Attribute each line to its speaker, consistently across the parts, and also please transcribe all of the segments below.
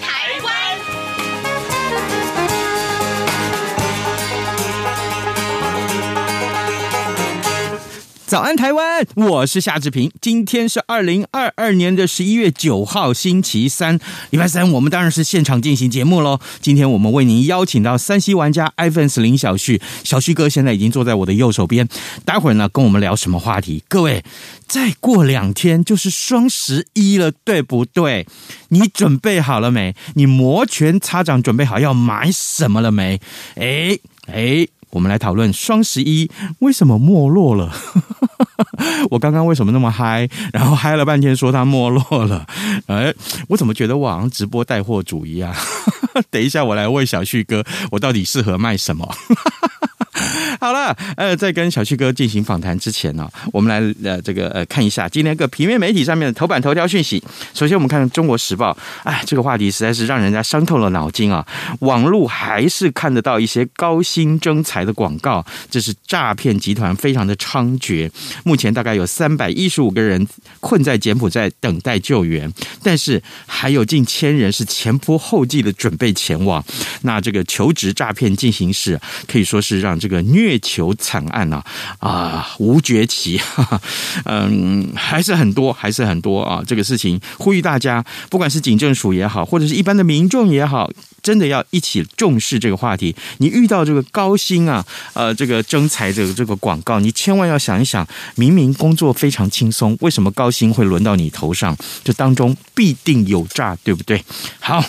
Speaker 1: 台湾》。
Speaker 2: 早安，台湾！我是夏志平。今天是二零二二年的十一月九号，星期三，礼拜三，我们当然是现场进行节目喽。今天我们为您邀请到山西玩家 iPhone 林小旭，小旭哥现在已经坐在我的右手边。待会儿呢，跟我们聊什么话题？各位，再过两天就是双十一了，对不对？你准备好了没？你摩拳擦掌，准备好要买什么了没？哎哎。我们来讨论双十一为什么没落了。 我刚刚为什么那么嗨？然后嗨了半天，说它没落了。哎，我怎么觉得我好像直播带货主一样？ 等一下，我来问小旭哥，我到底适合卖什么？ 好了，呃，在跟小旭哥进行访谈之前呢、我们来呃这个呃看一下今天各平面媒体上面的头版头条讯息。首先，我们看《中国时报》，哎，这个话题实在是让人家伤透了脑筋啊！网络还是看得到一些高薪征才的广告，这是诈骗集团非常的猖獗。目前大概有三百一十五个人困在柬埔寨等待救援，但是还有近千人是前仆后继的准备前往。那这个求职诈骗进行式，可以说是让这个虐囚惨案啊啊无绝期， 哈哈嗯，还是很多，还是很多啊。这个事情呼吁大家，不管是警政署也好，或者是一般的民众也好，真的要一起重视这个话题。你遇到这个高薪啊，呃，这个征才这个这个广告，你千万要想一想，明明工作非常轻松，为什么高薪会轮到你头上？这当中必定有诈，对不对？好。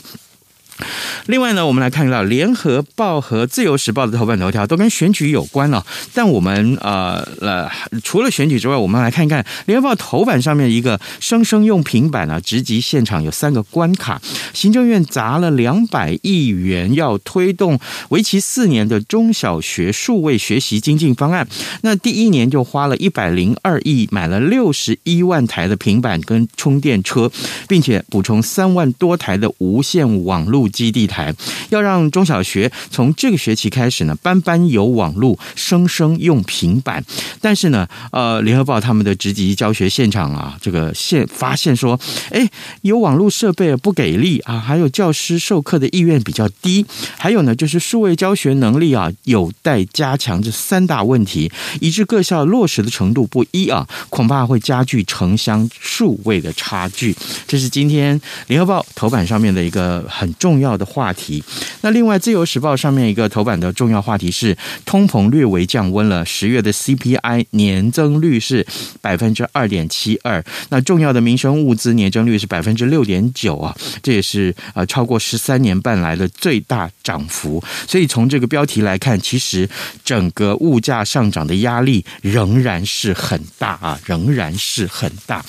Speaker 2: 另外呢，我们来看到《联合报》和《自由时报》的头版头条都跟选举有关了、但我们呃呃，除了选举之外，我们来看一看《联合报》头版上面一个“生生用平板啊，直击现场”，有三个关卡。行政院砸了两百亿元，要推动为期四年的中小学数位学习精进方案。那第一年就花了一百零二亿，买了六十一万台的平板跟充电车，并且补充三万多台的无线网络基地台，要让中小学从这个学期开始呢，班班有网络，生生用平板。但是呢，呃，联合报他们的职级教学现场啊，这个现发现说，哎，有网络设备不给力啊，还有教师授课的意愿比较低，还有呢，就是数位教学能力啊有待加强，这三大问题，以致各校落实的程度不一啊，恐怕会加剧城乡数位的差距。这是今天联合报头版上面的一个很重要的话题。那另外，《自由时报》上面一个头版的重要话题是通膨略微降温了，十月的 CPI 年增率是百分之二点七二，那重要的民生物资年增率是百分之六点九啊，这也是呃超过十三年半来的最大涨幅。所以从这个标题来看，其实整个物价上涨的压力仍然是很大啊，仍然是很大。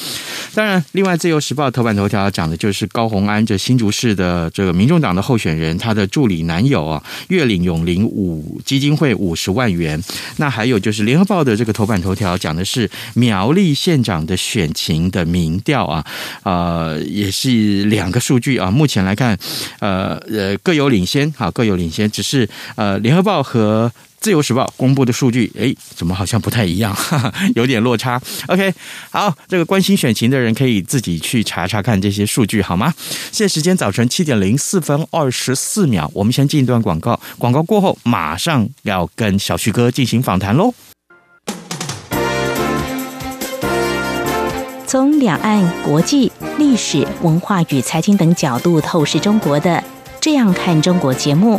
Speaker 2: 当然，另外，《自由时报》头版头条讲的就是高鸿安这新竹市的这个民众党的候选人，他的助理男友啊，月领永龄五基金会五十万元。那还有就是，《联合报》的这个头版头条讲的是苗栗县长的选情的民调啊，呃，也是两个数据啊。目前来看，呃呃，各有领先啊，各有领先。只是呃，《联合报》和自由时报公布的数据，诶，怎么好像不太一样，哈哈，有点落差。OK，好，这个关心选情的人可以自己去查查看这些数据，好吗？现在时间早晨七点零四分二十四秒，我们先进一段广告，广告过后马上要跟小旭哥进行访谈喽。
Speaker 3: 从两岸、国际、历史文化与财经等角度透视中国的《这样看中国》节目，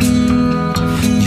Speaker 4: 你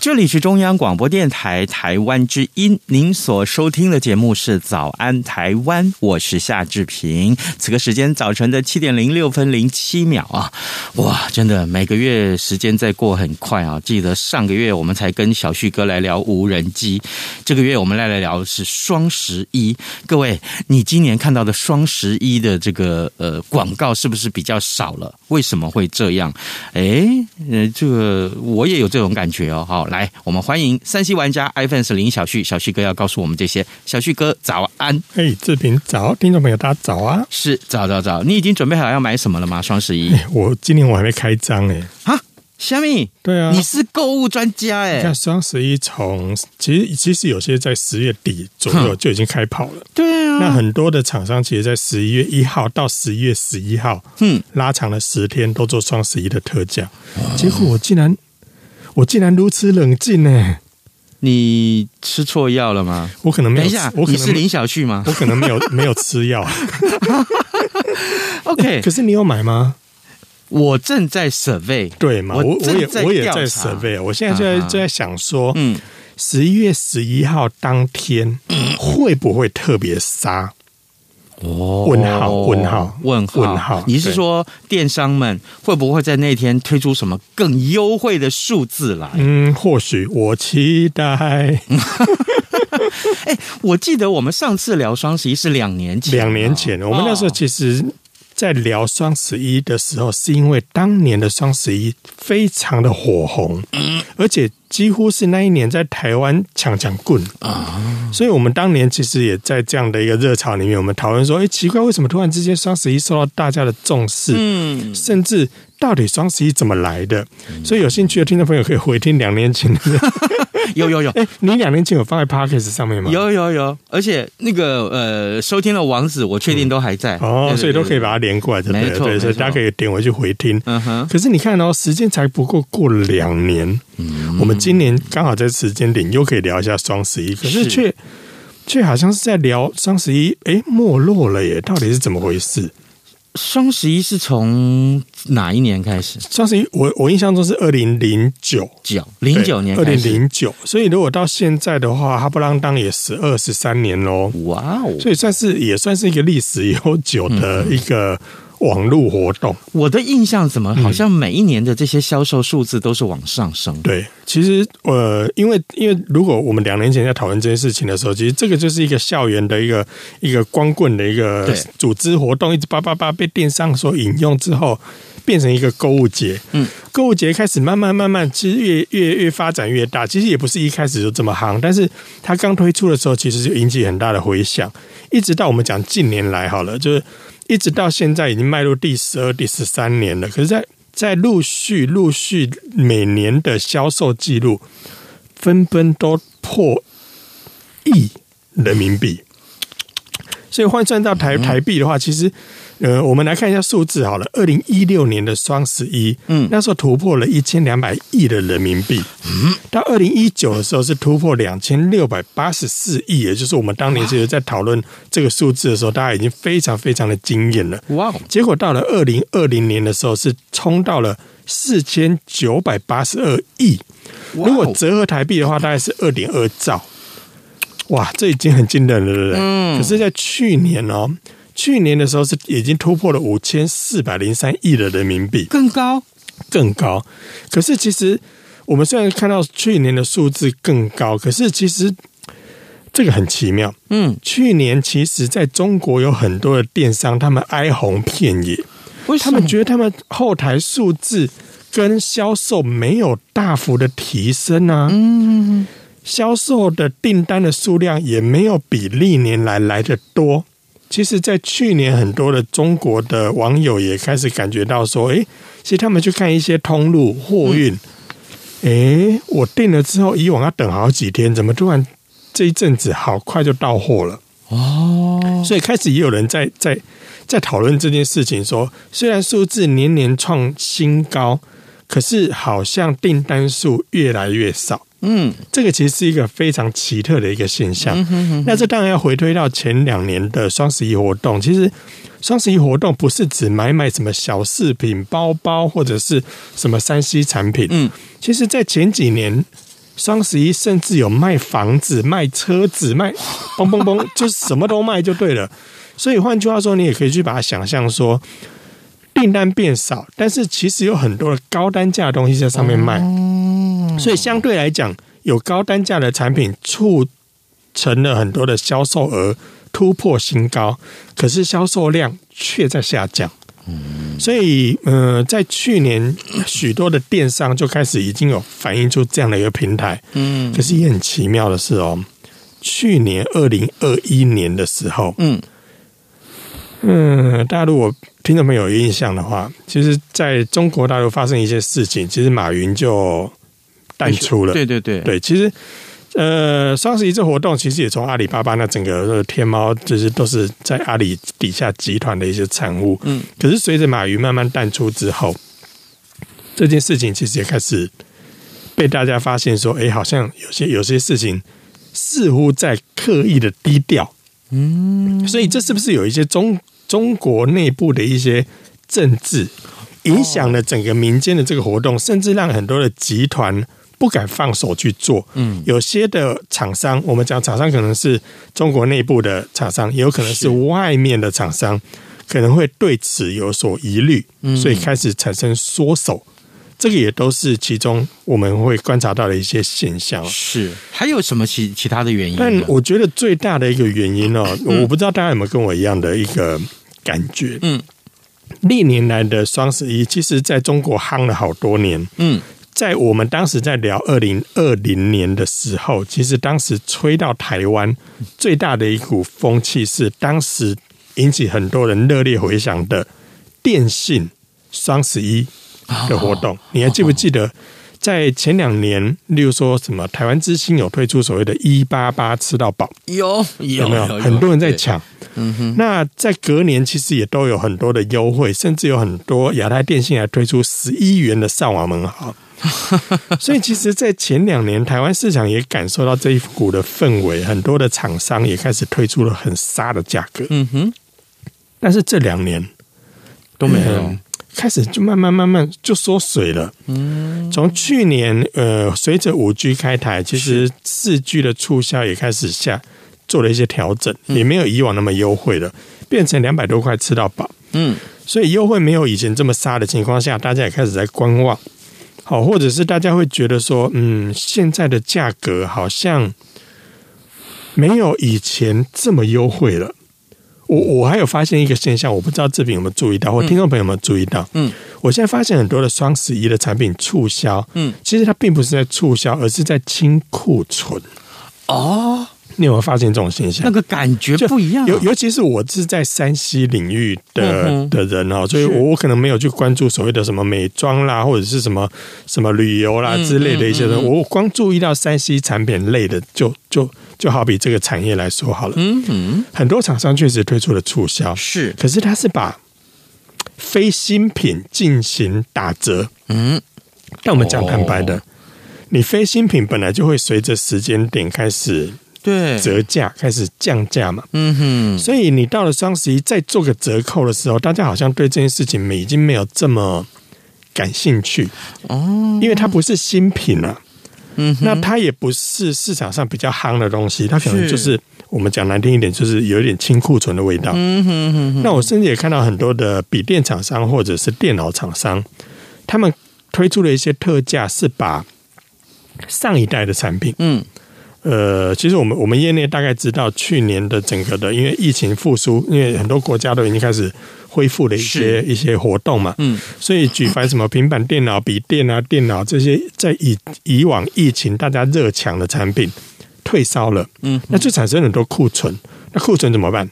Speaker 2: 这里是中央广播电台台湾之音，您所收听的节目是《早安台湾》，我是夏志平。此刻时间早晨的七点零六分零七秒啊，哇，真的每个月时间在过很快啊！记得上个月我们才跟小旭哥来聊无人机，这个月我们来来聊的是双十一。各位，你今年看到的双十一的这个呃广告是不是比较少了？为什么会这样？哎，呃，这个我也有这种感觉哦。好，来，我们欢迎三 C 玩家 iPhone 是林小旭，小旭哥要告诉我们这些。小旭哥，早安！
Speaker 5: 嘿，哎志平早，听众朋友大家早啊！
Speaker 2: 是早早早，你已经准备好要买什么了吗？双十一
Speaker 5: 哎我今年我还没开张哎、
Speaker 2: 啊，虾米，
Speaker 5: 对啊，
Speaker 2: 你是购物专家哎、
Speaker 5: 你看双十一从其实其实有些在十月底左右
Speaker 2: 哼
Speaker 5: 就已经开跑了，
Speaker 2: 对啊，
Speaker 5: 那很多的厂商其实在十一月一号到十一月十一号，
Speaker 2: 嗯，
Speaker 5: 拉长了十天都做双十一的特价，结果我竟然我竟然如此冷静呢、
Speaker 2: 你吃错药了吗？
Speaker 5: 我可能没
Speaker 2: 等
Speaker 5: 有
Speaker 2: 一
Speaker 5: 吃，
Speaker 2: 下，
Speaker 5: 我可
Speaker 2: 你
Speaker 5: 能
Speaker 2: 是林小旭吗
Speaker 5: 我可能没有没有吃药，啊
Speaker 2: ？OK，
Speaker 5: 可是你有买吗？
Speaker 2: 我正在 survey，
Speaker 5: 对嘛？我
Speaker 2: 我
Speaker 5: 我也
Speaker 2: 正在
Speaker 5: 我也
Speaker 2: 调
Speaker 5: 在
Speaker 2: 查
Speaker 5: survey，我现在就在
Speaker 2: 啊哈
Speaker 5: 就在想说，
Speaker 2: 嗯，
Speaker 5: 十一月十一号当 天会不会特别杀？
Speaker 2: 哦
Speaker 5: 问号问号
Speaker 2: 问号
Speaker 5: 问号
Speaker 2: 你是
Speaker 5: 对
Speaker 2: 说电商们会不会在那天推出什么更优惠的数字来？
Speaker 5: 嗯，或许我期待
Speaker 2: 哎、我记得我们上次聊双十一是两年前，啊哦
Speaker 5: 两年前，我们那时候其实，在聊双十一的时候，是因为当年的双十一非常的火红，
Speaker 2: 嗯
Speaker 5: 而且几乎是那一年在台湾抢抢棍
Speaker 2: 啊
Speaker 5: 所以我们当年其实也在这样的一个热潮里面，我们讨论说，哎，奇怪，为什么突然之间双十一受到大家的重视？
Speaker 2: 嗯，
Speaker 5: 甚至到底双十一怎么来的？所以有兴趣的听众朋友可以回听两年前的。
Speaker 2: 有有有。
Speaker 5: 哎，你两年前有放在 p o d c a s t 上面吗？
Speaker 2: 有有有，而且那个呃，收听的网址我确定都还在、
Speaker 5: 哦
Speaker 2: 对，
Speaker 5: 所以都可以
Speaker 2: 对对
Speaker 5: 把。它连过来，就对
Speaker 2: 没
Speaker 5: 了。
Speaker 2: 错
Speaker 5: 对，所
Speaker 2: 没
Speaker 5: 以
Speaker 2: 错
Speaker 5: 大家可以点回去回听。
Speaker 2: 嗯哼
Speaker 5: 可是你看哦，时间才不过过了两年，我们今年刚好在时间点又可以聊一下双十一，可是
Speaker 2: 嗯是
Speaker 5: 却却好像是在聊双十一，哎，没落了耶，到底是怎么回事？
Speaker 2: 双十一是从哪一年开始？
Speaker 5: 双十一，我我印象中是二零零九，
Speaker 2: 九零九年
Speaker 5: 二
Speaker 2: 开
Speaker 5: 零
Speaker 2: 始。
Speaker 5: 零九，所以如果到现在的话，哈不啷当也十二十三年喽，
Speaker 2: 哇哦！
Speaker 5: 所以算是也算是一个历史悠久
Speaker 2: 嗯
Speaker 5: 的一个网络活动。
Speaker 2: 我的印象怎
Speaker 5: 嗯
Speaker 2: 么好像每一年的这些销售数字都是往上升？
Speaker 5: 对，其实呃，因为因为如果我们两年前在讨论这件事情的时候，其实这个就是一个校园的一个一个光棍的一个
Speaker 2: 对
Speaker 5: 组织活动，一直叭叭叭被电商所引用之后，变成一个购物节。
Speaker 2: 嗯，
Speaker 5: 购物节开始慢慢慢慢，其实越越越发展越大。其实也不是一开始就这么夯，但是它刚推出的时候，其实就引起很大的回响，一直到我们讲近年来好了，就是一直到现在已经迈入第十二、第十三年了。可是在，在陆续陆续每年的销售记录，纷纷都破亿人民币。所以换算到台台币的话，其实，呃，我们来看一下数字好了。二零一六年的双十一，嗯，那时候突破了一千两百亿的人民币，嗯，到二零一九的时候是突破两千六百八十四亿，也就是我们当年其实在讨论这个数字的时候，大家已经非常非常的惊艳了。
Speaker 2: 哇哦！
Speaker 5: 结果到了二零二零年的时候，是冲到了四千九百八十二亿。
Speaker 2: 哇哦
Speaker 5: 如果折合台币的话，大概是二点二兆。哇，这已经很惊人了，对不对？嗯。可是，在去年哦，去年的时候是已经突破了五千四百零三亿的人民币。
Speaker 2: 更高，
Speaker 5: 更高。可是其实我们虽然看到去年的数字更高，可是其实这个很奇妙。
Speaker 2: 嗯，
Speaker 5: 去年其实在中国有很多的电商，他们哀鸿遍野。
Speaker 2: 为
Speaker 5: 他
Speaker 2: 什么
Speaker 5: 们觉得他们后台数字跟销售没有大幅的提升啊，嗯，销售的订单的数量也没有比历年来来的多。其实，在去年，很多的中国的网友也开始感觉到说，诶，其实他们去看一些通路货运，诶，我订了之后，以往要等好几天，怎么突然这一阵子好快就到货了？
Speaker 2: 哦，
Speaker 5: 所以开始也有人在在在讨论这件事情说虽然数字年年创新高，可是好像订单数越来越少。
Speaker 2: 嗯，
Speaker 5: 这个其实是一个非常奇特的一个现象。那这当然要回推到前两年的双十一活动。其实双十一活动不是只买买什么小饰品、包包或者是什么三 C 产品。
Speaker 2: 嗯，
Speaker 5: 其实，在前几年。双十一甚至有卖房子、卖车子、卖嘣嘣嘣，就是什么都卖就对了。 所以换句话说，你也可以去把它想象说，订单变少，但是其实有很多的高单价的东西在上面卖，所以相对来讲，有高单价的产品促成了很多的销售额突破新高，可是销售量却在下降。所以，呃，在去年，许多的电商就开始已经有反映出这样的一个平台。嗯，可是也很奇妙的是哦，去年二零二一年的时候，
Speaker 2: 嗯
Speaker 5: 嗯，大家如果听众朋友有印象的话，其实在中国大陆发生一些事情，其实马云就淡出了。
Speaker 2: 对对对，
Speaker 5: 对，其实呃，双十一这活动其实也从阿里巴巴那整个呃天猫，就是都是在阿里底下集团的一些产物。
Speaker 2: 嗯，
Speaker 5: 可是随着马云慢慢淡出之后，这件事情其实也开始被大家发现说，哎，好像有些有些事情似乎在刻意的低调。嗯，所以这是不是有一些中中国内部的一些政治？影响了整个民间的这个活动，甚至让很多的集团不敢放手去做。嗯，有些的厂商，我们讲厂商可能是中国内部的厂商，也有可能是外面的厂商，可能会对此有所疑虑，所以开始产生缩手。这个也都是其中我们会观察到的一些现象。
Speaker 2: 是还有什么其其他的原因呢？
Speaker 5: 但我觉得最大的一个原因哦，我不知道大家有没有跟我一样的一个感觉。
Speaker 2: 嗯，
Speaker 5: 历年来的双十一，其实在中国夯了好多年。
Speaker 2: 嗯
Speaker 5: 在我们当时在聊二零二零年的时候，其实当时吹到台湾最大的一股风气是，当时引起很多人热烈回响的电信双十一的活动。你还记不记得？在前两年，例如说什么台湾之星有推出所谓的“一八八吃到饱”，
Speaker 2: 有有
Speaker 5: 有没有嗯很多人在抢？那在隔年其实也都有很多的优惠，甚至有很多亚太电信还推出十一元的上网门号。所以其实，在前两年，台湾市场也感受到这一股的氛围，很多的厂商也开始推出了很杀的价格。
Speaker 2: 嗯哼
Speaker 5: 但是这两年
Speaker 2: 都没有
Speaker 5: 嗯，开始就慢慢慢慢就缩水了。嗯，从去年呃，随着五 G 开台，其实四 G 的促销也开始下做了一些调整，
Speaker 2: 嗯
Speaker 5: 也没有以往那么优惠了，变成两百多块吃到饱。
Speaker 2: 嗯
Speaker 5: 所以优惠没有以前这么杀的情况下，大家也开始在观望。好，或者是大家会觉得说，嗯，现在的价格好像没有以前这么优惠了。我我还有发现一个现象，我不知道志平有没有注意到，或听众朋友有没有注意到？
Speaker 2: 嗯，
Speaker 5: 我现在发现很多的双十一的产品促销，
Speaker 2: 嗯，
Speaker 5: 其实它并不是在促销，而是在清库存。
Speaker 2: 哦，
Speaker 5: 你有没有发现这种现象？
Speaker 2: 那个感觉
Speaker 5: 就
Speaker 2: 不一样，
Speaker 5: 尤尤其是我是在山西领域
Speaker 2: 嗯
Speaker 5: 的、
Speaker 2: 嗯哼
Speaker 5: 的人哦，所以我我可能没有去关注所谓的什么美妆啦，或者是什么什么旅游
Speaker 2: 嗯
Speaker 5: 啦之类的一些东西。我光注意到山西产品类的，就就就好比这个产业来说好了，
Speaker 2: 嗯哼
Speaker 5: 很多厂商确实推出了促销，
Speaker 2: 是
Speaker 5: 可是它是把非新品进行打折。
Speaker 2: 嗯
Speaker 5: 但我们讲坦白的，你非新品本来就会随着时间点开始
Speaker 2: 对
Speaker 5: 折价，开始降价嘛。
Speaker 2: 嗯哼
Speaker 5: 所以你到了双十一再做个折扣的时候，大家好像对这件事情没已经没有这么感兴趣哦，因为它不是新品了、啊
Speaker 2: 嗯哼
Speaker 5: 那它也不是市场上比较夯的东西，它可能
Speaker 2: 是
Speaker 5: 就是我们讲难听一点，就是有一点清库存的味道。
Speaker 2: 嗯哼哼哼
Speaker 5: 那我甚至也看到很多的笔电厂商或者是电脑厂商，他们推出了一些特价，是把上一代的产品
Speaker 2: 嗯
Speaker 5: 呃，其实我们我们业内大概知道去年的整个的，因为疫情复苏，因为很多国家都已经开始恢复了一些一些活动嘛，
Speaker 2: 嗯，
Speaker 5: 所以举凡什么平板电脑、笔电啊、电脑这些，在以以往疫情大家热抢的产品退烧了，
Speaker 2: 嗯，
Speaker 5: 那就产生很多库存，那库存怎么办？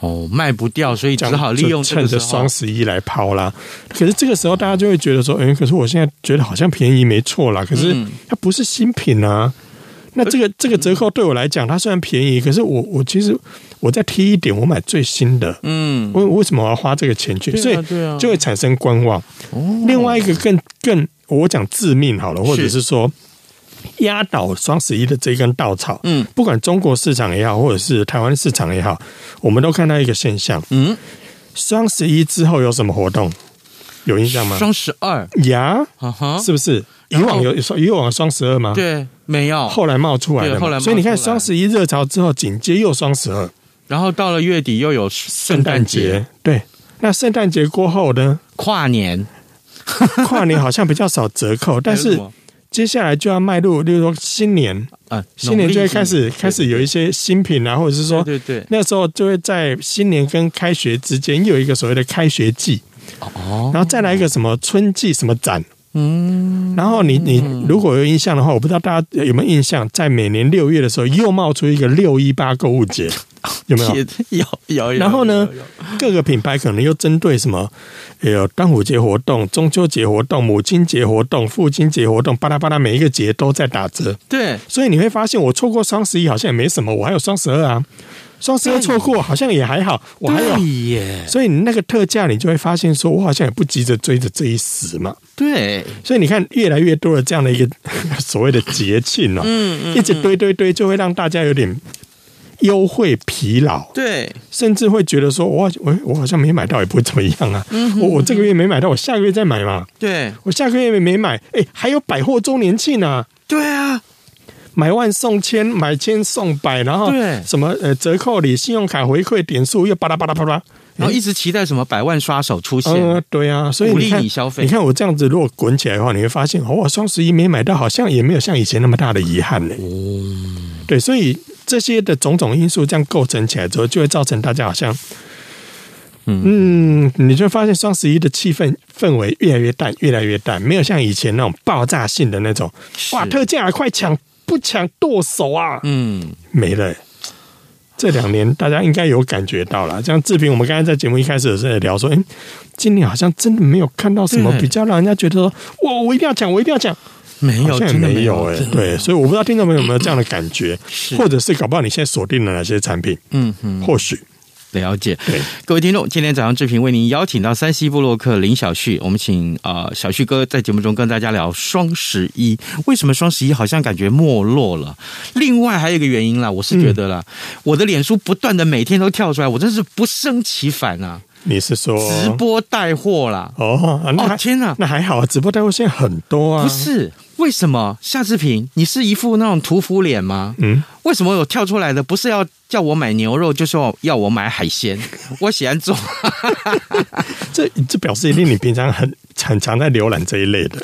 Speaker 2: 哦，卖不掉，所以
Speaker 5: 这
Speaker 2: 只
Speaker 5: 样
Speaker 2: 好利用
Speaker 5: 就
Speaker 2: 这
Speaker 5: 趁
Speaker 2: 个
Speaker 5: 着
Speaker 2: 时候
Speaker 5: 双。十一来抛啦。可是这个时候大家就会觉得说，哎、可是我现在觉得好像便宜没错啦，可是
Speaker 2: 嗯呃
Speaker 5: 它不是新品啊。那这个这个折扣对我来讲，它虽然便宜，可是我我其实我再贴一点，我买最新的，
Speaker 2: 嗯，
Speaker 5: 我为什么我要花这个钱去？
Speaker 2: 对啊
Speaker 5: 所以
Speaker 2: 对啊
Speaker 5: 就会产生观望。另外一个更更，我讲致命好了，或者
Speaker 2: 嗯是
Speaker 5: 是说压倒双十一的这根稻草。
Speaker 2: 嗯，
Speaker 5: 不管中国市场也好，或者是台湾市场也好，我们都看到一个现象。
Speaker 2: 嗯，
Speaker 5: 双十一之后有什么活动？有印象吗？
Speaker 2: 双十二，
Speaker 5: 呀，
Speaker 2: 哈哈，
Speaker 5: 是不是？以
Speaker 2: 然后
Speaker 5: 往有以往有双十二吗？。
Speaker 2: 对，没有。
Speaker 5: 后来冒出来的嘛，
Speaker 2: 对后来冒出来
Speaker 5: 所以你看双十一热潮之后，紧接又双十二，
Speaker 2: 然后到了月底又有圣诞节、，
Speaker 5: 对。那圣诞节过后呢？
Speaker 2: 跨年，
Speaker 5: 跨年好像比较少折扣，但
Speaker 2: 还有
Speaker 5: 是
Speaker 2: 什么
Speaker 5: 接下来就要迈入，例如说新年，
Speaker 2: 啊，
Speaker 5: 新年就会开始
Speaker 2: 农历
Speaker 5: 开始有一些新品啊，或者是
Speaker 2: 对
Speaker 5: 说
Speaker 2: 对对，
Speaker 5: 那时候就会在新年跟开学之间又有一个所谓的开学季，
Speaker 2: 哦，
Speaker 5: 然后再来一个什么春季什么展。
Speaker 2: 嗯，
Speaker 5: 然后你你如果有印象的话，我不知道大家有没有印象，在每年六月的时候又冒出一个六一八购物节，有没 有？
Speaker 2: 有有有。
Speaker 5: 然后呢
Speaker 2: 有？有有，
Speaker 5: 各个品牌可能又针对什么，有端午节活动、中秋节活动、母亲节活动、父亲节活动，巴拉巴拉，每一个节都在打折。
Speaker 2: 对，
Speaker 5: 所以你会发现，我错过双十一好像也没什么，我还有双十二啊，双十二错过好像也还好，我还有
Speaker 2: 对。耶，
Speaker 5: 所以你那个特价，你就会发现说，我好像也不急着追着这一时嘛。
Speaker 2: 对，
Speaker 5: 所以你看，越来越多的这样的一个 所谓的节庆哦，
Speaker 2: 嗯
Speaker 5: 一直堆堆堆，就会让大家有点优惠疲劳。
Speaker 2: 对，
Speaker 5: 甚至会觉得说，我我我好像没买到也不会怎么样啊，我我这个月没买到，我下个月再买嘛，
Speaker 2: 对，
Speaker 5: 我下个月没没买，哎，还有百货周年庆啊，
Speaker 2: 对啊，
Speaker 5: 买万送千，买千送百，然后
Speaker 2: 对
Speaker 5: 什么呃折扣礼、信用卡回馈点数又巴拉巴拉巴拉，
Speaker 2: 然后一直期待什么百万刷手出现，
Speaker 5: 嗯，对啊，所以
Speaker 2: 鼓
Speaker 5: 你
Speaker 2: 励
Speaker 5: 看
Speaker 2: 你消费
Speaker 5: 你看我这样子如果滚起来的话，你会发现哦，我双十一没买到，好像也没有像以前那么大的遗憾呢。
Speaker 2: 哦
Speaker 5: 对，所以这些的种种因素这样构成起来之后，就会造成大家好像。嗯，你就发现双十一的气氛氛围越来越淡，越来越淡，没有像以前那种爆炸性的那种，哇，
Speaker 2: 是
Speaker 5: 特价啊快抢，不抢剁手啊！
Speaker 2: 嗯，
Speaker 5: 没了。这两年大家应该有感觉到了，像志平，我们刚才在节目一开始的时候也聊说，哎，今年好像真的没有看到什么
Speaker 2: 对
Speaker 5: 比较让人家觉得说，哇，我一定要讲，我一定要讲，
Speaker 2: 没
Speaker 5: 好
Speaker 2: 有，
Speaker 5: 像也
Speaker 2: 真的
Speaker 5: 没有哎、
Speaker 2: 真的没
Speaker 5: 对，所以我不知道听众朋友有没有这样的感觉，
Speaker 2: 是
Speaker 5: 或者是搞不好你现在锁定了哪些产品，
Speaker 2: 嗯嗯。
Speaker 5: 或许
Speaker 2: 了解
Speaker 5: 对，
Speaker 2: 各位听众，今天早上志平为您邀请到山西部落客林小旭，我们请呃小旭哥在节目中跟大家聊双十一，为什么双十一好像感觉没落了？另外还有一个原因啦，我是
Speaker 5: 嗯
Speaker 2: 觉得啦，我的脸书不断的每天都跳出来，我真是不胜其烦啊，
Speaker 5: 你是说
Speaker 2: 直播带货啦，
Speaker 5: 哦，啊那
Speaker 2: 哦
Speaker 5: 还
Speaker 2: 天哪
Speaker 5: 那还好啊，直播带货现在很多啊，
Speaker 2: 不是为什么？夏志平，你是一副那种屠夫脸吗？
Speaker 5: 嗯，
Speaker 2: 为什么我跳出来的不是要叫我买牛肉，就是要要我买海 鲜？我喜欢做。
Speaker 5: 这这表示一定你平常很很常在浏览这一类的，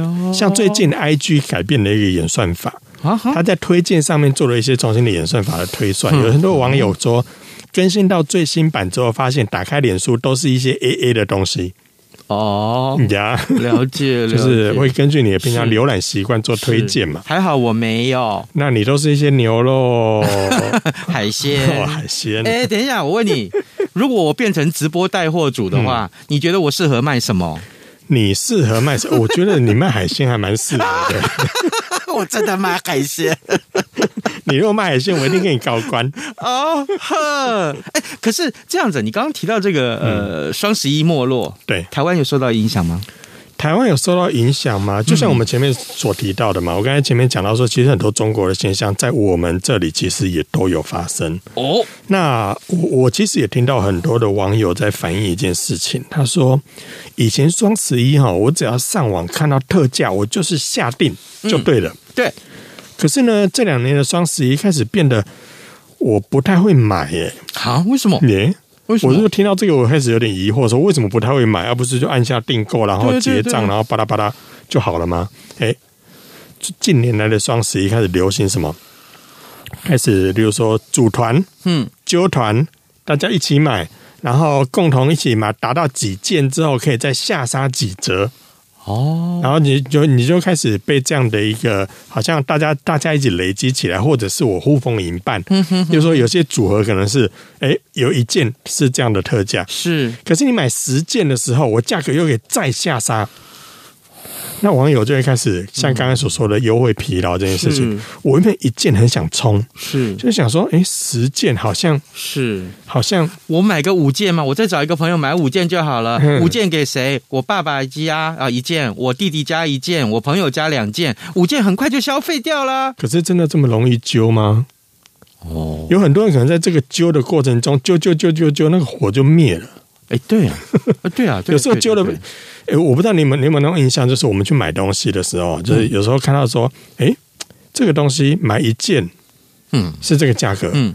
Speaker 2: 哦
Speaker 5: 像最近 IG 改变了一个演算法。
Speaker 2: 啊哈
Speaker 5: 他在推荐上面做了一些重新的演算法的推
Speaker 2: 嗯
Speaker 5: 算，有很多网友说，更新到最新版之后，发现打开脸书都是一些 A A 的东西
Speaker 2: 哦，
Speaker 5: 呀，
Speaker 2: 了解，
Speaker 5: 嗯 就
Speaker 2: 了
Speaker 5: 是
Speaker 2: 解
Speaker 5: 会根据你的平常
Speaker 2: 是
Speaker 5: 浏览习惯做推荐嘛。
Speaker 2: 还好我没 有
Speaker 5: 那你都是一些 牛肉、
Speaker 2: 海
Speaker 5: 哦
Speaker 2: 鲜。
Speaker 5: 海鲜，
Speaker 2: 哎、等一下，我问 你，如果我变成直播带货主的话，
Speaker 5: 嗯
Speaker 2: 你觉得我适合卖什 么？
Speaker 5: 你适合卖什？我觉得你卖海鲜还蛮适合的。
Speaker 2: 我真的卖海鲜
Speaker 5: 你如果卖海鲜，我一定给你高官。
Speaker 2: 哦呵，哎、可是这样子，你刚刚提到这个呃双十一没落，
Speaker 5: 嗯对，
Speaker 2: 台湾有受到影响吗？
Speaker 5: 台湾有受到影响
Speaker 2: 嗯
Speaker 5: 吗？就像我们前面所提到的嘛，我刚才前面讲到说，其实很多中国的现象在我们这里其实也都有发生。
Speaker 2: 哦，
Speaker 5: 那我我其实也听到很多的网友在反映一件事情，他说以前双十一哈，我只要上网看到特价，我就是下定
Speaker 2: 嗯
Speaker 5: 就对了。
Speaker 2: 对，
Speaker 5: 可是呢，这两年的双十一开始变得我不太会买耶
Speaker 2: 好，啊为什么？
Speaker 5: 耶。
Speaker 2: 为什
Speaker 5: 我就
Speaker 2: 么？
Speaker 5: 听到这个，我开始有点疑惑，说为什么不太会买，而不是就按下订购，然后
Speaker 2: 对对
Speaker 5: 结
Speaker 2: 对
Speaker 5: 账，然后巴拉巴拉就好了吗？哎，近年来的双十一开始流行什么？开始，比如说组团、
Speaker 2: 嗯，
Speaker 5: 揪团，大家一起买，然后共同一起买，达到几件之后，可以再下杀几折。
Speaker 2: 哦，
Speaker 5: 然后你就你就开始被这样的一个，好像大家大家一起累积起来，或者是我呼风引伴，
Speaker 2: 嗯
Speaker 5: 就是说有些组合可能是，哎，有一件是这样的特价，
Speaker 2: 是
Speaker 5: 可是你买十件的时候，我价格又给再下杀，那网友就会开始像刚刚所说的优惠疲劳这件事情
Speaker 2: 是。
Speaker 5: 我原本一件很想冲，
Speaker 2: 是
Speaker 5: 就想说，哎、十件好像
Speaker 2: 是，
Speaker 5: 好像
Speaker 2: 我买个五件嘛，我再找一个朋友买五件就好了。五件给谁？我爸爸家啊一件，我弟弟家一件，我朋友家两件，五件很快就消费掉啦。
Speaker 5: 可是真的这么容易揪吗？
Speaker 2: 哦，
Speaker 5: 有很多人可能在这个揪的过程中，揪揪揪揪揪，那个火就灭了。
Speaker 2: 哎，对啊，啊 对啊，对
Speaker 5: 有时候
Speaker 2: 对
Speaker 5: 揪了
Speaker 2: 对对，
Speaker 5: 哎、我不知道你们你有没有那种印象，就是我们去买东西的时
Speaker 2: 嗯
Speaker 5: 候，就是有时候看到说，哎、这个东西买一件
Speaker 2: 嗯
Speaker 5: 是这个价格，
Speaker 2: 嗯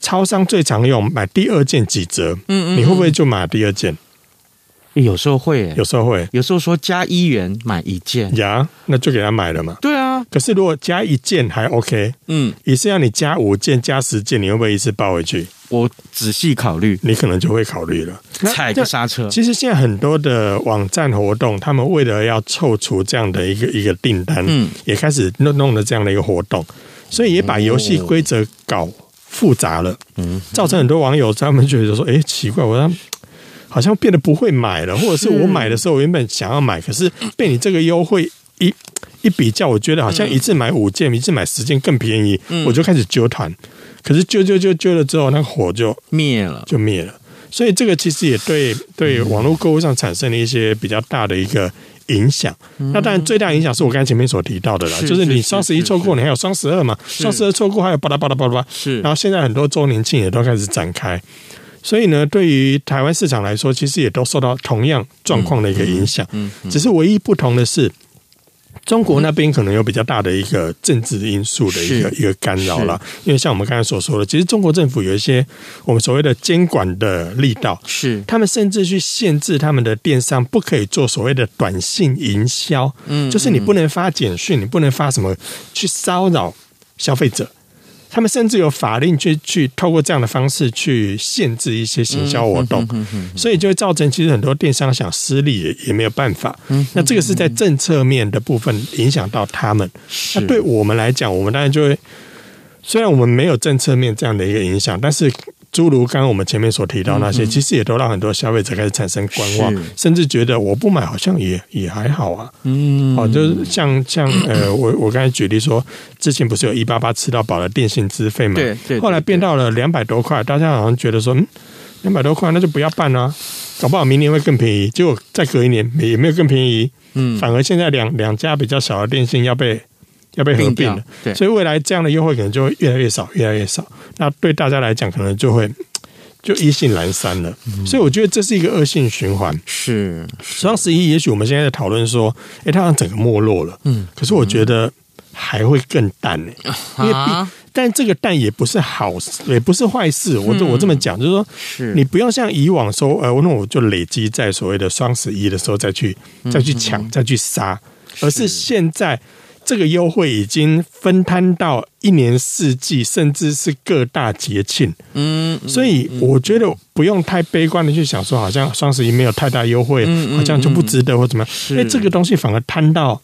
Speaker 5: 超商最常用买第二件几折，
Speaker 2: 嗯嗯
Speaker 5: 你会不会就买第二件？
Speaker 2: 哎有时候会，哎
Speaker 5: 有时候会
Speaker 2: 有时候说加一元买一件。
Speaker 5: 呀，那就给他买了嘛。
Speaker 2: 对啊，
Speaker 5: 可是如果加一件还 OK，
Speaker 2: 嗯，
Speaker 5: 一次让你加五件、加十件，你会不会一次抱回去？
Speaker 2: 我仔细考虑，
Speaker 5: 你可能就会考虑了。那
Speaker 2: 踩个刹车。
Speaker 5: 其实现在很多的网站活动，他们为了要凑出这样的一个一个订单，
Speaker 2: 嗯，
Speaker 5: 也开始弄弄了这样的一个活动，所以也把游戏规则搞复杂了，嗯，造成很多网友他们觉得说，哎，奇怪，我好像好像变得不会买了，或者是我买的时候原本想要买，可是被你这个优惠一。一比较，我觉得好像一次买五件，一次买十件更便宜，
Speaker 2: 嗯
Speaker 5: 我就开始揪团。可是揪揪揪揪了之后，那个火就
Speaker 2: 灭了。
Speaker 5: 就灭了。所以这个其实也对 对网络购物上产生了一些比较大的一个影响。那当然，最大影响是我刚才前面所提到的啦，
Speaker 2: 嗯是
Speaker 5: 就是
Speaker 2: 是
Speaker 5: 你
Speaker 2: 是
Speaker 5: 双十一
Speaker 2: 是
Speaker 5: 错过，你还有双十二嘛，
Speaker 2: 是
Speaker 5: 双十二错过还有巴拉巴拉巴拉巴拉。
Speaker 2: 是
Speaker 5: 然后现在很多周年庆也都开始展开，所以呢，对于台湾市场来说，其实也都受到同样状况的一个影响。
Speaker 2: 嗯
Speaker 5: 只是唯一不同的是，中国那边可能有比较大的一个政治因素的一个
Speaker 2: 是
Speaker 5: 一个干扰了，因为像我们刚才所说的，其实中国政府有一些我们所谓的监管的力道，
Speaker 2: 是
Speaker 5: 他们甚至去限制他们的电商不可以做所谓的短信营销，
Speaker 2: 嗯
Speaker 5: 就是你不能发简讯，你不能发什么去骚扰消费者。他们甚至有法令去去透过这样的方式去限制一些行销
Speaker 2: 嗯
Speaker 5: 活动，所以就会造成其实很多电商想失利也也没有办法。
Speaker 2: 嗯
Speaker 5: 那这个是在政策面的部分影响到他们。
Speaker 2: 是
Speaker 5: 那对我们来讲，我们当然就会，虽然我们没有政策面这样的一个影响，但是诸如刚刚我们前面所提到那些，其实也都让很多消费者开始产生观望
Speaker 2: 嗯是，
Speaker 5: 甚至觉得我不买好像也也还好啊。
Speaker 2: 嗯
Speaker 5: 哦，就是像像呃，我我刚才举例说，之前不是有一八八吃到饱的电信资费嘛？
Speaker 2: 对对
Speaker 5: 后来变到了两百多块，大家好像觉得说，嗯，两百多块那就不要办啦、搞不好明年会更便宜。结果再隔一年也没有更便宜，
Speaker 2: 嗯
Speaker 5: 反而现在两两家比较小的电信要被要被合
Speaker 2: 并
Speaker 5: 并
Speaker 2: 掉
Speaker 5: 了，
Speaker 2: 对
Speaker 5: 所以未来这样的优惠可能就会越来越少，越来越少。那对大家来讲，可能就会就意兴阑珊了。
Speaker 2: 嗯
Speaker 5: 所以我觉得这是一个恶性循环。
Speaker 2: 是
Speaker 5: 双十一，也许我们现在在讨论说，诶，它好像整个没落了，
Speaker 2: 嗯，
Speaker 5: 可是我觉得还会更淡呢、因为毕
Speaker 2: 啊，
Speaker 5: 但这个淡也不是好事，也不是坏事。我这我这么讲，就是说，
Speaker 2: 嗯是
Speaker 5: 你不要像以往说，呃，那我就累积在所谓的双十一的时候再去
Speaker 2: 嗯
Speaker 5: 再去抢再去杀，而是现在这个优惠已经分摊到一年四季，甚至是各大节庆。
Speaker 2: 嗯
Speaker 5: 所以我觉得不用太悲观的去想说，好像双十一没有太大优惠，
Speaker 2: 嗯嗯
Speaker 5: 好像就不值得或怎么样，因为这个东西反而摊到。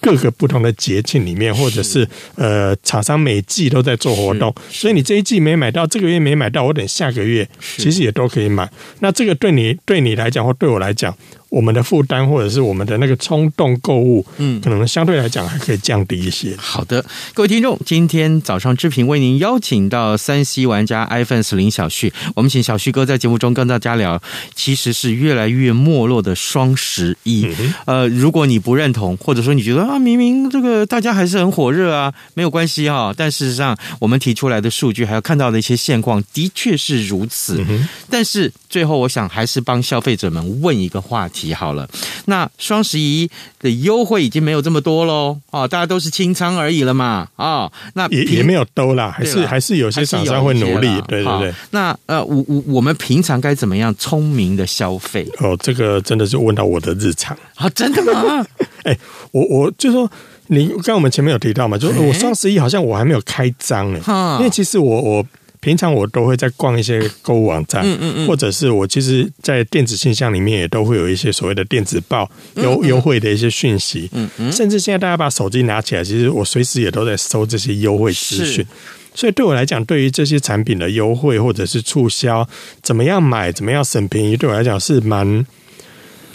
Speaker 5: 各个不同的节庆里面，或者是呃，厂商每季都在做活动，所以你这一季没买到，这个月没买到，我等下个月其实也都可以买。那这个对你对你来讲，或对我来讲，我们的负担或者是我们的那个冲动购物，
Speaker 2: 嗯
Speaker 5: 可能相对来讲还可以降低一些。
Speaker 2: 好的，各位听众，今天早上志平为您邀请到三 C 玩家 iPhone 林小旭，我们请小旭哥在节目中跟大家聊，其实是越来越没落的双十一。呃，如果你不认同，或者说你觉得啊，明明这个大家还是很火热啊，没有关系哈、但事实上，我们提出来的数据还有看到的一些现况，的确是如此。
Speaker 5: 嗯
Speaker 2: 但是最后，我想还是帮消费者们问一个话题好了。那双十一的优惠已经没有这么多喽，哦，大家都是清仓而已了嘛，哦，那
Speaker 5: 也也
Speaker 2: 平
Speaker 5: 没有兜啦，还
Speaker 2: 对
Speaker 5: 是
Speaker 2: 啦
Speaker 5: 还是有些
Speaker 2: 还是
Speaker 5: 厂商会
Speaker 2: 一些
Speaker 5: 努力
Speaker 2: 啦，
Speaker 5: 对对
Speaker 2: 好
Speaker 5: 对。
Speaker 2: 那呃，我我我们平常该怎么样聪明的消费？
Speaker 5: 哦，这个真的是问到我的日常。
Speaker 2: 啊，真的吗？
Speaker 5: 哎，我我就说，你刚刚我们前面有提到嘛，就是我双十一好像我还没有开张呢、
Speaker 2: 哎哈
Speaker 5: 因为其实我我平常我都会在逛一些购物网站，
Speaker 2: 嗯嗯嗯
Speaker 5: 或者是我其实，在电子信箱里面也都会有一些所谓的电子报
Speaker 2: 嗯
Speaker 5: 优优惠的一些讯息，嗯嗯，甚至现在大家把手机拿起来，其实我随时也都在搜这些优惠资
Speaker 2: 是
Speaker 5: 讯。所以对我来讲，对于这些产品的优惠或者是促销，怎么样买，怎么样省便宜，对我来讲是蛮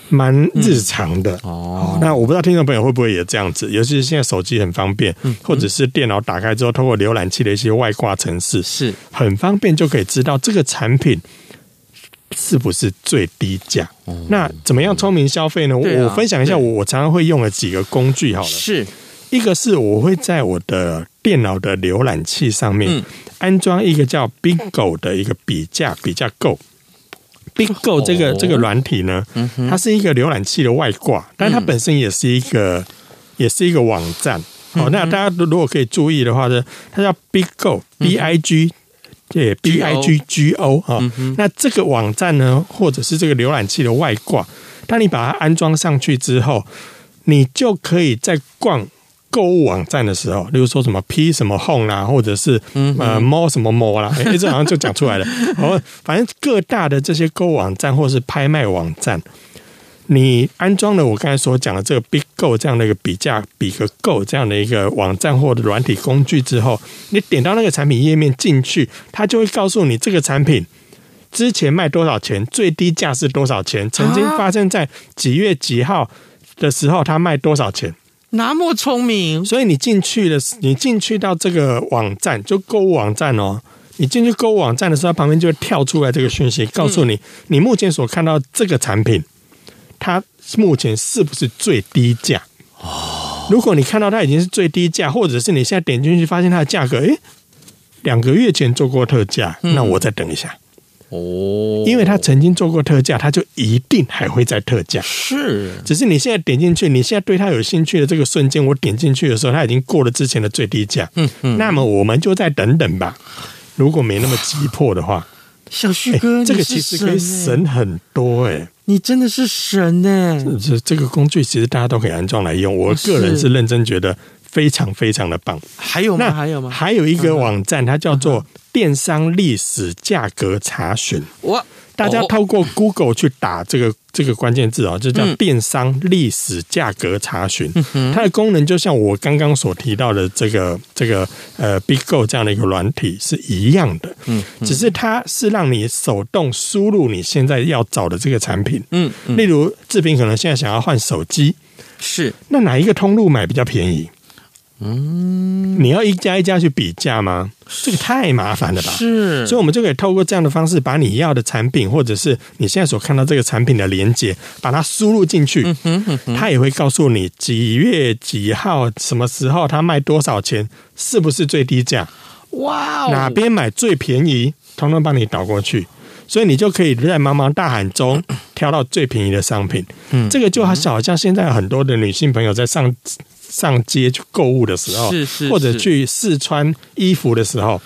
Speaker 5: 蛮日常的。
Speaker 2: 哦，
Speaker 5: 那我不知道听众朋友会不会也这样子，尤其是现在手机很方便，
Speaker 2: 嗯
Speaker 5: 或者是电脑打开之后，通过浏览器的一些外挂程式，
Speaker 2: 是
Speaker 5: 很方便就可以知道这个产品是不是最低价。那怎么样聪明消费呢？
Speaker 2: 哦对啊
Speaker 5: 我分享一下
Speaker 2: 对
Speaker 5: 我我常常会用的几个工具好了，
Speaker 2: 是，
Speaker 5: 一个是我会在我的电脑的浏览器上面、
Speaker 2: 嗯
Speaker 5: 安装一个叫 Bingo 的一个比价比价购。Bingo 这个、
Speaker 2: 哦嗯
Speaker 5: 这个软体呢，它是一个浏览器的外挂，但它本身也是一个、
Speaker 2: 嗯
Speaker 5: 也是一个网站。哦，那大家如如果可以注意的话呢，它叫
Speaker 2: 嗯
Speaker 5: Bigo B I G。对 B I G G O 啊、那这个网站呢，或者是这个浏览器的外挂，当你把它安装上去之后，你就可以在逛购物网站的时候，例如说什么 P 什么 Home 啦、或者是、呃 Mo 什么 Mo 啦，哎、这好像就讲出来了。哦，反正各大的这些购物网站或是拍卖网站，你安装了我刚才所讲的这个 Big Go 这样的一个比价比个 Go 这样的一个网站或者软体工具之后，你点到那个产品页面进去，它就会告诉你这个产品之前卖多少钱，最低价是多少钱，曾经发生在几月几号的时候它卖多少钱。
Speaker 2: 那么聪明，
Speaker 5: 所以你进去的，你进去到这个网站，就购物网站哦。你进去购物网站的时候，它旁边就会跳出来这个讯息，告诉你、你目前所看到这个产品，它目前是不是最低价。如果你看到它已经是最低价，或者是你现在点进去发现它的价格，诶，两个月前做过特价，那我再等一下，
Speaker 2: 哦，
Speaker 5: 因为它曾经做过特价，它就一定还会再特价。
Speaker 2: 是
Speaker 5: 只是你现在点进去，你现在对它有兴趣的这个瞬间，我点进去的时候，它已经过了之前的最低价。嗯嗯，那么我们就再等等吧。如果没那么急迫的话，
Speaker 2: 小旭
Speaker 5: 哎
Speaker 2: 哥，
Speaker 5: 这
Speaker 2: 哦你是
Speaker 5: 个其实可以
Speaker 2: 欸，
Speaker 5: 省很多哎、
Speaker 2: 你真的是神呢，
Speaker 5: 这这个工具其实大家都可以安装来用，我个人是认真觉得非常非常的棒。
Speaker 2: 还有吗？
Speaker 5: 那
Speaker 2: 还有吗？嗯
Speaker 5: 还有一个网站，它叫做电商历史价格查询。
Speaker 2: 我
Speaker 5: 大家
Speaker 2: 哦
Speaker 5: 透过 Google 去打这个这个关键字啊、就叫
Speaker 2: 嗯
Speaker 5: 电商历史价格查询。它的功能就像我刚刚所提到的这个这个呃 BigGo 这样的一个软体是一样的，嗯，只是它是让你手动输入你现在要找的这个产品，
Speaker 2: 嗯
Speaker 5: 例如志平可能现在想要换手机，
Speaker 2: 是
Speaker 5: 那哪一个通路买比较便宜？嗯，你要一家一家去比价吗？这个太麻烦了吧？
Speaker 2: 是，
Speaker 5: 所以我们就可以透过这样的方式，把你要的产品或者是你现在所看到这个产品的连接，把它输入进
Speaker 2: 嗯
Speaker 5: 去，它也会告诉你几月几号什么时候它卖多少钱，是不是最低价，
Speaker 2: 哇哦，
Speaker 5: 哪边买最便宜，通通帮你导过去。所以你就可以在茫茫大海中挑到最便宜的商品。
Speaker 2: 嗯
Speaker 5: 这个就好像好像现在很多的女性朋友在上上街去购物的时候，
Speaker 2: 是是
Speaker 5: 或者
Speaker 2: 是
Speaker 5: 去试穿衣服的时候，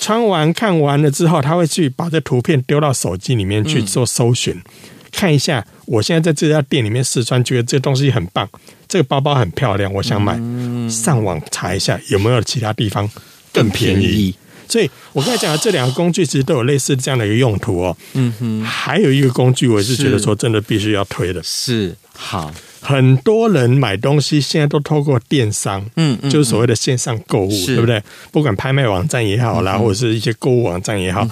Speaker 5: 穿完看完了之后，他会去把这图片丢到手机里面去做搜寻，看一下我现在在这家店里面试穿，觉得这个东西很棒，这个包包很漂亮，我想买，上网查一下有没有其他地方更便
Speaker 2: 更便
Speaker 5: 宜
Speaker 2: 宜。
Speaker 5: 所以我刚才讲的这两个工具其实都有类似这样的一个用途哦。嗯哼，还有一个工具，我是觉得说真的必须要推的，
Speaker 2: 是好，
Speaker 5: 很多人买东西现在都透过电商，
Speaker 2: 嗯嗯
Speaker 5: 就是所谓的线上购物，
Speaker 2: 是嗯
Speaker 5: 对不对？不管拍卖网站也好啦，或者是一些购物网站也好，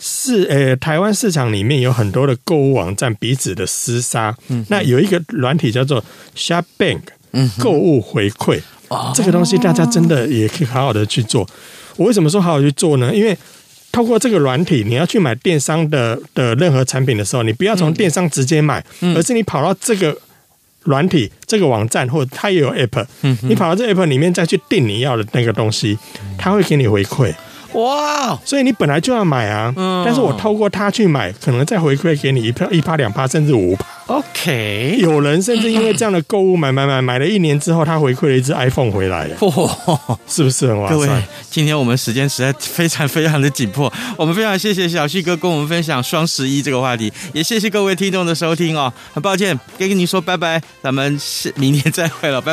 Speaker 5: 是呃，台湾市场里面有很多的购物网站彼此的厮杀。
Speaker 2: 嗯
Speaker 5: 那有一个软体叫做 s h o p Bank，购物回馈，
Speaker 2: 哦
Speaker 5: 这个东西大家真的也可以好好的去做。我为什么说好好去做呢？因为透过这个软体，你要去买电商的的任何产品的时候，你不要
Speaker 2: 嗯
Speaker 5: 从电商直接买，而是你跑到这个软体、这个网站，或者它也有 app，、你
Speaker 2: 嗯
Speaker 5: 跑到这 app 里面再去订你要的那个东西，它会给你回馈。
Speaker 2: 哇嗯哦，
Speaker 5: 所以你本来就要买啊，但是我透过它去买，可能再回馈给你一票、一趴、两趴，甚至五趴。
Speaker 2: OK，
Speaker 5: 有人甚至因为这样的购物买买买买了一年之后，他回馈了一只 iPhone 回来，
Speaker 2: 嚯！
Speaker 5: 是不是很划
Speaker 2: 各位
Speaker 5: 算？，
Speaker 2: 今天我们时间实在非常非常的紧迫，我们非常谢谢小旭哥跟我们分享双十一这个话题，也谢谢各位听众的收听哦。很抱歉跟你说拜拜，咱们是明天再会了，拜拜。